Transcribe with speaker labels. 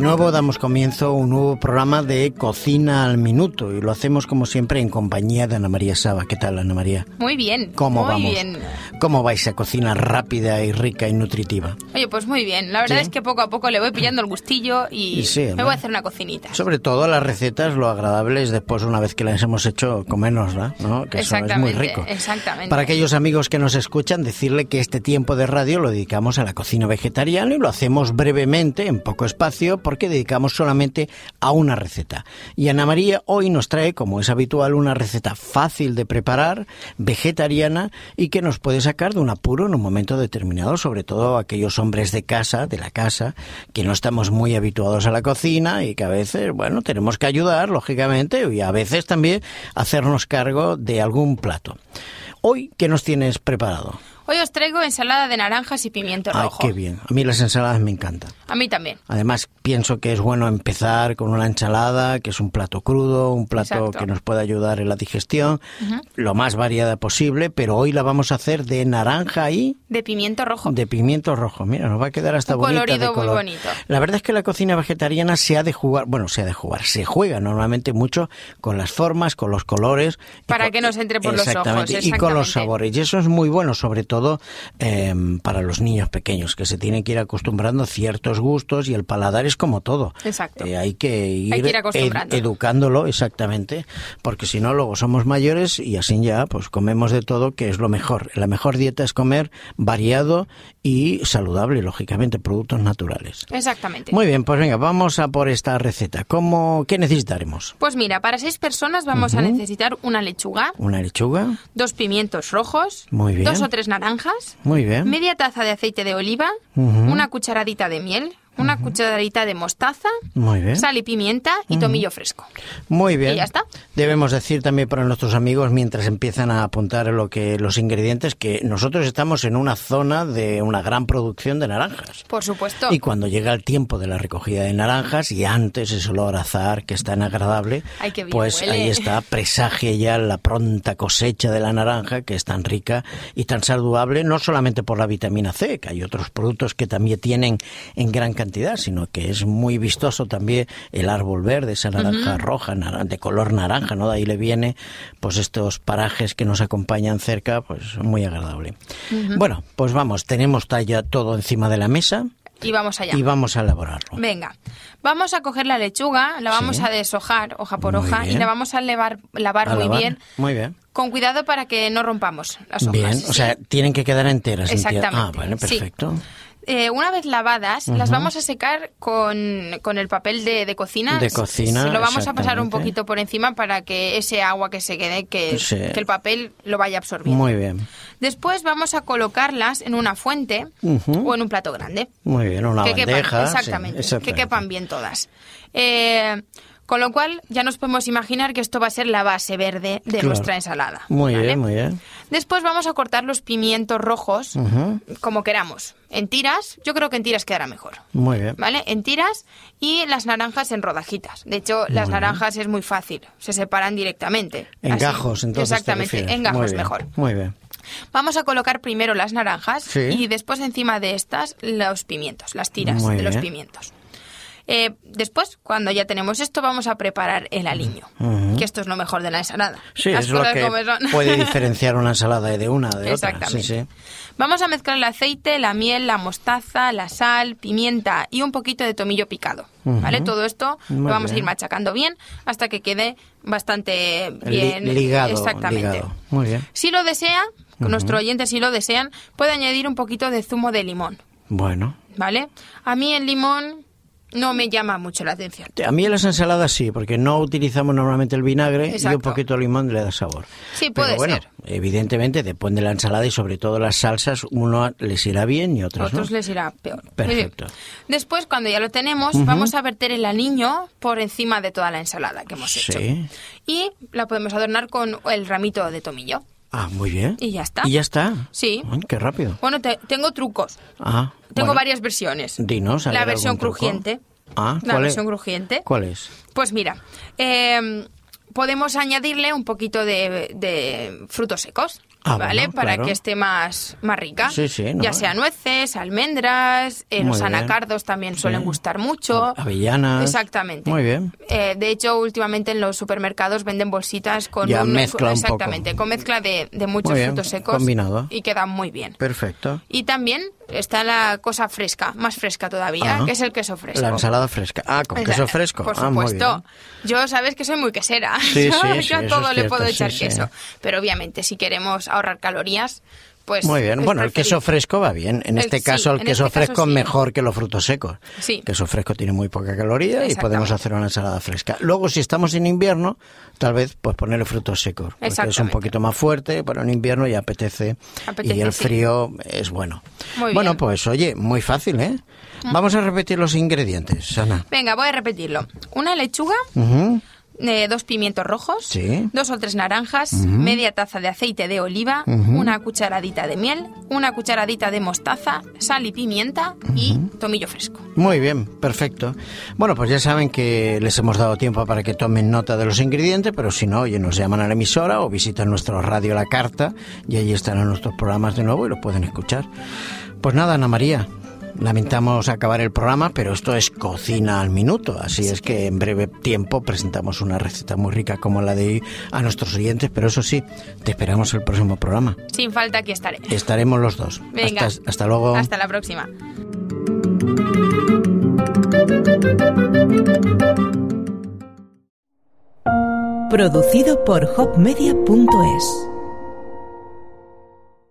Speaker 1: nuevo damos comienzo a un nuevo programa de Cocina al Minuto y lo hacemos como siempre en compañía de Ana María Saba. ¿Qué tal Ana María?
Speaker 2: Muy bien.
Speaker 1: ¿Cómo
Speaker 2: muy
Speaker 1: vamos?
Speaker 2: bien.
Speaker 1: ¿Cómo vais esa cocina rápida y rica y nutritiva?
Speaker 2: Oye, pues muy bien. La verdad
Speaker 1: ¿Sí?
Speaker 2: es que poco a poco le voy pillando el gustillo y,
Speaker 1: Y sí,
Speaker 2: me
Speaker 1: ¿no?
Speaker 2: voy a hacer una cocinita.
Speaker 1: Sobre todo las recetas, lo agradable es después, una vez que las hemos hecho, comérnoslas, ¿no? Que eso es muy
Speaker 2: Exactamente,
Speaker 1: rico.
Speaker 2: exactamente.
Speaker 1: Para aquellos amigos que nos escuchan, decirle que este tiempo de radio lo dedicamos a la cocina vegetariana y lo hacemos brevemente, en poco espacio, porque dedicamos solamente a una receta. Y Ana María hoy nos trae, como es habitual, una receta fácil de preparar, vegetariana y que nos puede sacar de un apuro en un momento determinado, sobre todo aquellos hombres de casa, de la casa, que no estamos muy habituados a la cocina y que a veces, bueno, tenemos que ayudar, lógicamente, y a veces también hacernos cargo de algún plato. Hoy, ¿qué nos tienes preparado?
Speaker 2: Hoy os traigo ensalada de naranjas y pimiento
Speaker 1: Ay,
Speaker 2: rojo.
Speaker 1: qué bien. A mí las ensaladas me encantan.
Speaker 2: A mí también.
Speaker 1: Además, pienso que es bueno empezar con una ensalada, que es un plato crudo, un plato
Speaker 2: Exacto.
Speaker 1: que nos puede ayudar en la digestión, lo más variada posible, pero hoy la vamos a hacer de naranja y
Speaker 2: De pimiento rojo.
Speaker 1: de pimiento rojo. Mira, nos va a quedar hasta
Speaker 2: Un
Speaker 1: bonita
Speaker 2: colorido
Speaker 1: de
Speaker 2: muy
Speaker 1: color.
Speaker 2: bonito.
Speaker 1: La verdad es que la cocina vegetariana se ha de jugar, bueno, se ha de jugar, se juega normalmente mucho con las formas, con los colores. y
Speaker 2: Para
Speaker 1: con-
Speaker 2: que nos entre por los ojos,
Speaker 1: Exactamente, Y con los
Speaker 2: exactamente.
Speaker 1: sabores. Y eso es muy bueno, sobre todo eh, para los niños pequeños, que se tienen que ir acostumbrando a ciertos gustos y el paladar es como todo.
Speaker 2: Exacto.
Speaker 1: Eh, hay que ir,
Speaker 2: que ir
Speaker 1: ed-
Speaker 2: acostumbrando.
Speaker 1: educándolo, exactamente, porque si no, luego somos mayores y así ya, pues comemos de todo, que es lo mejor. La mejor dieta es comer variado y saludable, lógicamente, productos naturales.
Speaker 2: Exactamente.
Speaker 1: Muy bien, pues venga, vamos a por esta receta. ¿Cómo, ¿Qué necesitaremos?
Speaker 2: Pues mira, para seis personas vamos a necesitar una lechuga,
Speaker 1: Una lechuga,
Speaker 2: dos pimientos rojos,
Speaker 1: Muy bien.
Speaker 2: dos o tres naranjas,
Speaker 1: muy bien.
Speaker 2: media taza de aceite de oliva,
Speaker 1: Ujú.
Speaker 2: una cucharadita de miel, una cucharadita de mostaza,
Speaker 1: Muy bien.
Speaker 2: sal y pimienta y tomillo fresco.
Speaker 1: Muy bien.
Speaker 2: Y ya está.
Speaker 1: Debemos decir también para nuestros amigos mientras empiezan a apuntar lo que los ingredientes que nosotros estamos en una zona de una gran producción de naranjas.
Speaker 2: Por supuesto.
Speaker 1: Y cuando llega el tiempo de la recogida de naranjas y antes ese olor a azahar que es tan agradable,
Speaker 2: Ay, qué bien
Speaker 1: pues
Speaker 2: huele.
Speaker 1: ahí está, presagia ya la pronta cosecha de la naranja que es tan rica y tan saludable, no solamente por la vitamina C, que hay otros productos que también tienen en gran cantidad, sino que es muy vistoso también el árbol verde, esa naranja roja, naran- de color naranja, ¿no? De ahí le viene pues estos parajes que nos acompañan cerca, pues muy agradable. Bueno, pues vamos, tenemos ta- ya todo encima de la mesa
Speaker 2: Y vamos allá.
Speaker 1: y vamos a elaborarlo.
Speaker 2: Venga, vamos a coger la lechuga, la vamos
Speaker 1: Oh. Sí.
Speaker 2: a deshojar hoja por
Speaker 1: Muy
Speaker 2: hoja y
Speaker 1: bien.
Speaker 2: la vamos a levar- lavar
Speaker 1: A
Speaker 2: muy
Speaker 1: lavar.
Speaker 2: bien,
Speaker 1: Muy bien.
Speaker 2: con cuidado para que no rompamos las hojas.
Speaker 1: Bien, o
Speaker 2: sí.
Speaker 1: sea, tienen que quedar enteras. entiendo.
Speaker 2: Exactamente,
Speaker 1: Ah, vale,
Speaker 2: sí.
Speaker 1: perfecto.
Speaker 2: Eh, una vez lavadas, las vamos a secar con, con el papel de, de cocina.
Speaker 1: De cocina,
Speaker 2: Se lo vamos a pasar un
Speaker 1: exactamente.
Speaker 2: poquito por encima para que ese agua que se quede, que,
Speaker 1: Sí.
Speaker 2: que el papel lo vaya absorbiendo.
Speaker 1: Muy bien,
Speaker 2: Después vamos a colocarlas en una fuente
Speaker 1: Ujú.
Speaker 2: o en un plato grande.
Speaker 1: muy bien, una
Speaker 2: que quepan-
Speaker 1: bandeja. sí,
Speaker 2: exactamente,
Speaker 1: exactamente.
Speaker 2: que quepan bien todas. Eh, con lo cual, ya nos podemos imaginar que esto va a ser la base verde de
Speaker 1: Claro.
Speaker 2: nuestra ensalada.
Speaker 1: Muy
Speaker 2: ¿vale?
Speaker 1: bien, Mm. muy bien.
Speaker 2: Después vamos a cortar los pimientos rojos
Speaker 1: Ujú.
Speaker 2: como queramos. En tiras, yo creo que en tiras quedará mejor.
Speaker 1: Muy bien.
Speaker 2: ¿Vale? En tiras y las naranjas en rodajitas. De hecho, las naranjas es muy fácil. Se separan directamente.
Speaker 1: En
Speaker 2: Así.
Speaker 1: gajos, entonces. te
Speaker 2: Exactamente,
Speaker 1: refieres.
Speaker 2: en
Speaker 1: Muy
Speaker 2: gajos
Speaker 1: bien,
Speaker 2: mejor.
Speaker 1: Muy bien.
Speaker 2: Vamos a colocar primero las naranjas
Speaker 1: Sí.
Speaker 2: y después encima de estas los pimientos, las tiras
Speaker 1: Muy
Speaker 2: de los
Speaker 1: bien.
Speaker 2: pimientos. Eh, después, cuando ya tenemos esto, vamos a preparar el aliño, que esto es lo mejor de la ensalada.
Speaker 1: Sí,
Speaker 2: Las
Speaker 1: es lo
Speaker 2: cosas
Speaker 1: que
Speaker 2: como son.
Speaker 1: puede diferenciar una ensalada de una de otra. Sí,
Speaker 2: Exactamente.
Speaker 1: sí.
Speaker 2: Vamos a mezclar el aceite, la miel, la mostaza, la sal, pimienta y un poquito de tomillo picado.
Speaker 1: Ujú.
Speaker 2: ¿Vale? Todo esto
Speaker 1: Muy
Speaker 2: lo vamos a ir
Speaker 1: bien.
Speaker 2: machacando bien hasta que quede bastante
Speaker 1: Li-
Speaker 2: bien.
Speaker 1: ligado,
Speaker 2: Exactamente.
Speaker 1: ligado. Muy bien.
Speaker 2: Si lo desea, nuestro oyente si lo desean, puede añadir un poquito de zumo de limón,
Speaker 1: Bueno.
Speaker 2: ¿vale? A mí el limón no me llama mucho la atención.
Speaker 1: A mí las ensaladas sí, porque no utilizamos normalmente el vinagre y
Speaker 2: Exacto.
Speaker 1: un poquito de limón le da sabor.
Speaker 2: Sí,
Speaker 1: Pero
Speaker 2: puede
Speaker 1: bueno,
Speaker 2: ser.
Speaker 1: evidentemente depende de la ensalada y sobre todo las salsas, uno les irá bien y otros,
Speaker 2: otros
Speaker 1: no.
Speaker 2: les irá peor. Muy bien.
Speaker 1: Perfecto.
Speaker 2: Después, cuando ya lo tenemos, vamos a verter el aliño por encima de toda la ensalada que hemos hecho.
Speaker 1: Sí.
Speaker 2: Y la podemos adornar con el ramito de tomillo.
Speaker 1: Ah, muy bien.
Speaker 2: Y ya está.
Speaker 1: ¿Y ya está?
Speaker 2: Sí.
Speaker 1: Ay, qué rápido.
Speaker 2: Bueno, te- tengo trucos.
Speaker 1: Ah,
Speaker 2: Tengo
Speaker 1: bueno.
Speaker 2: varias versiones.
Speaker 1: Dinos, a
Speaker 2: La
Speaker 1: ver,
Speaker 2: versión
Speaker 1: algún truco.
Speaker 2: crujiente.
Speaker 1: Ah,
Speaker 2: La
Speaker 1: ¿cuál
Speaker 2: versión
Speaker 1: es?
Speaker 2: crujiente.
Speaker 1: ¿Cuál es?
Speaker 2: Pues mira, eh, podemos añadirle un poquito de, de frutos secos,
Speaker 1: Ah,
Speaker 2: ¿vale?
Speaker 1: bueno,
Speaker 2: Para
Speaker 1: claro.
Speaker 2: que esté más, más rica.
Speaker 1: Sí, sí, ¿no?
Speaker 2: Ya sea nueces, almendras, eh,
Speaker 1: Muy
Speaker 2: los
Speaker 1: bien.
Speaker 2: anacardos también suelen gustar mucho.
Speaker 1: Avellanas.
Speaker 2: Exactamente.
Speaker 1: Muy bien.
Speaker 2: Eh, de hecho, últimamente en los supermercados venden bolsitas con
Speaker 1: Ya
Speaker 2: un-
Speaker 1: mezcla un poco.
Speaker 2: exactamente, con mezcla de, de muchos
Speaker 1: Muy bien,
Speaker 2: frutos secos
Speaker 1: combinado.
Speaker 2: y quedan muy bien.
Speaker 1: Perfecto.
Speaker 2: Y también está la cosa fresca, más fresca todavía,
Speaker 1: Ajá.
Speaker 2: que es el queso fresco.
Speaker 1: La ensalada fresca. Ah, con
Speaker 2: Esa-
Speaker 1: queso fresco.
Speaker 2: Por
Speaker 1: Ah, muy
Speaker 2: supuesto.
Speaker 1: bien.
Speaker 2: yo sabes que soy muy quesera.
Speaker 1: Sí,
Speaker 2: yo
Speaker 1: sí,
Speaker 2: yo
Speaker 1: sí,
Speaker 2: a
Speaker 1: eso
Speaker 2: todo
Speaker 1: es
Speaker 2: le
Speaker 1: cierto,
Speaker 2: puedo
Speaker 1: sí,
Speaker 2: echar
Speaker 1: sí.
Speaker 2: queso. Pero obviamente, si queremos ahorrar calorías, pues.
Speaker 1: Muy bien.
Speaker 2: es
Speaker 1: Bueno, el queso
Speaker 2: preferible.
Speaker 1: fresco va bien. En
Speaker 2: El-
Speaker 1: este
Speaker 2: sí,
Speaker 1: caso, el
Speaker 2: en
Speaker 1: queso
Speaker 2: este caso
Speaker 1: fresco es
Speaker 2: sí.
Speaker 1: mejor que los frutos secos.
Speaker 2: Sí.
Speaker 1: El queso fresco tiene muy poca caloría y
Speaker 2: Exactamente.
Speaker 1: podemos hacer una ensalada fresca. Luego, si estamos en invierno, tal vez pues ponerle frutos secos. Porque es un
Speaker 2: Exactamente.
Speaker 1: poquito más fuerte, pero en invierno ya apetece.
Speaker 2: Apetece,
Speaker 1: y el
Speaker 2: sí.
Speaker 1: frío es bueno.
Speaker 2: Muy
Speaker 1: bueno,
Speaker 2: bien.
Speaker 1: pues oye, muy fácil, ¿eh? Vamos a repetir los ingredientes, Ana.
Speaker 2: Venga, voy a repetirlo. Una lechuga,
Speaker 1: Ujú.
Speaker 2: eh, dos pimientos rojos,
Speaker 1: Sí.
Speaker 2: dos o tres naranjas, media taza de aceite de oliva, una cucharadita de miel, una cucharadita de mostaza, sal y pimienta y tomillo fresco.
Speaker 1: Muy bien, perfecto. Bueno, pues ya saben que les hemos dado tiempo para que tomen nota de los ingredientes, pero si no, oye, nos llaman a la emisora o visitan nuestro radio La Carta y allí estarán nuestros programas de nuevo y los pueden escuchar. Pues nada, Ana María, lamentamos acabar el programa, pero esto es cocina al minuto, así es que en breve tiempo presentamos una receta muy rica como la de hoy a nuestros oyentes, pero eso sí, te esperamos el próximo programa.
Speaker 2: Sin falta, aquí estaré.
Speaker 1: Estaremos los dos.
Speaker 2: Venga.
Speaker 1: Hasta, hasta luego.
Speaker 2: Hasta la próxima.
Speaker 3: Producido por hopmedia.es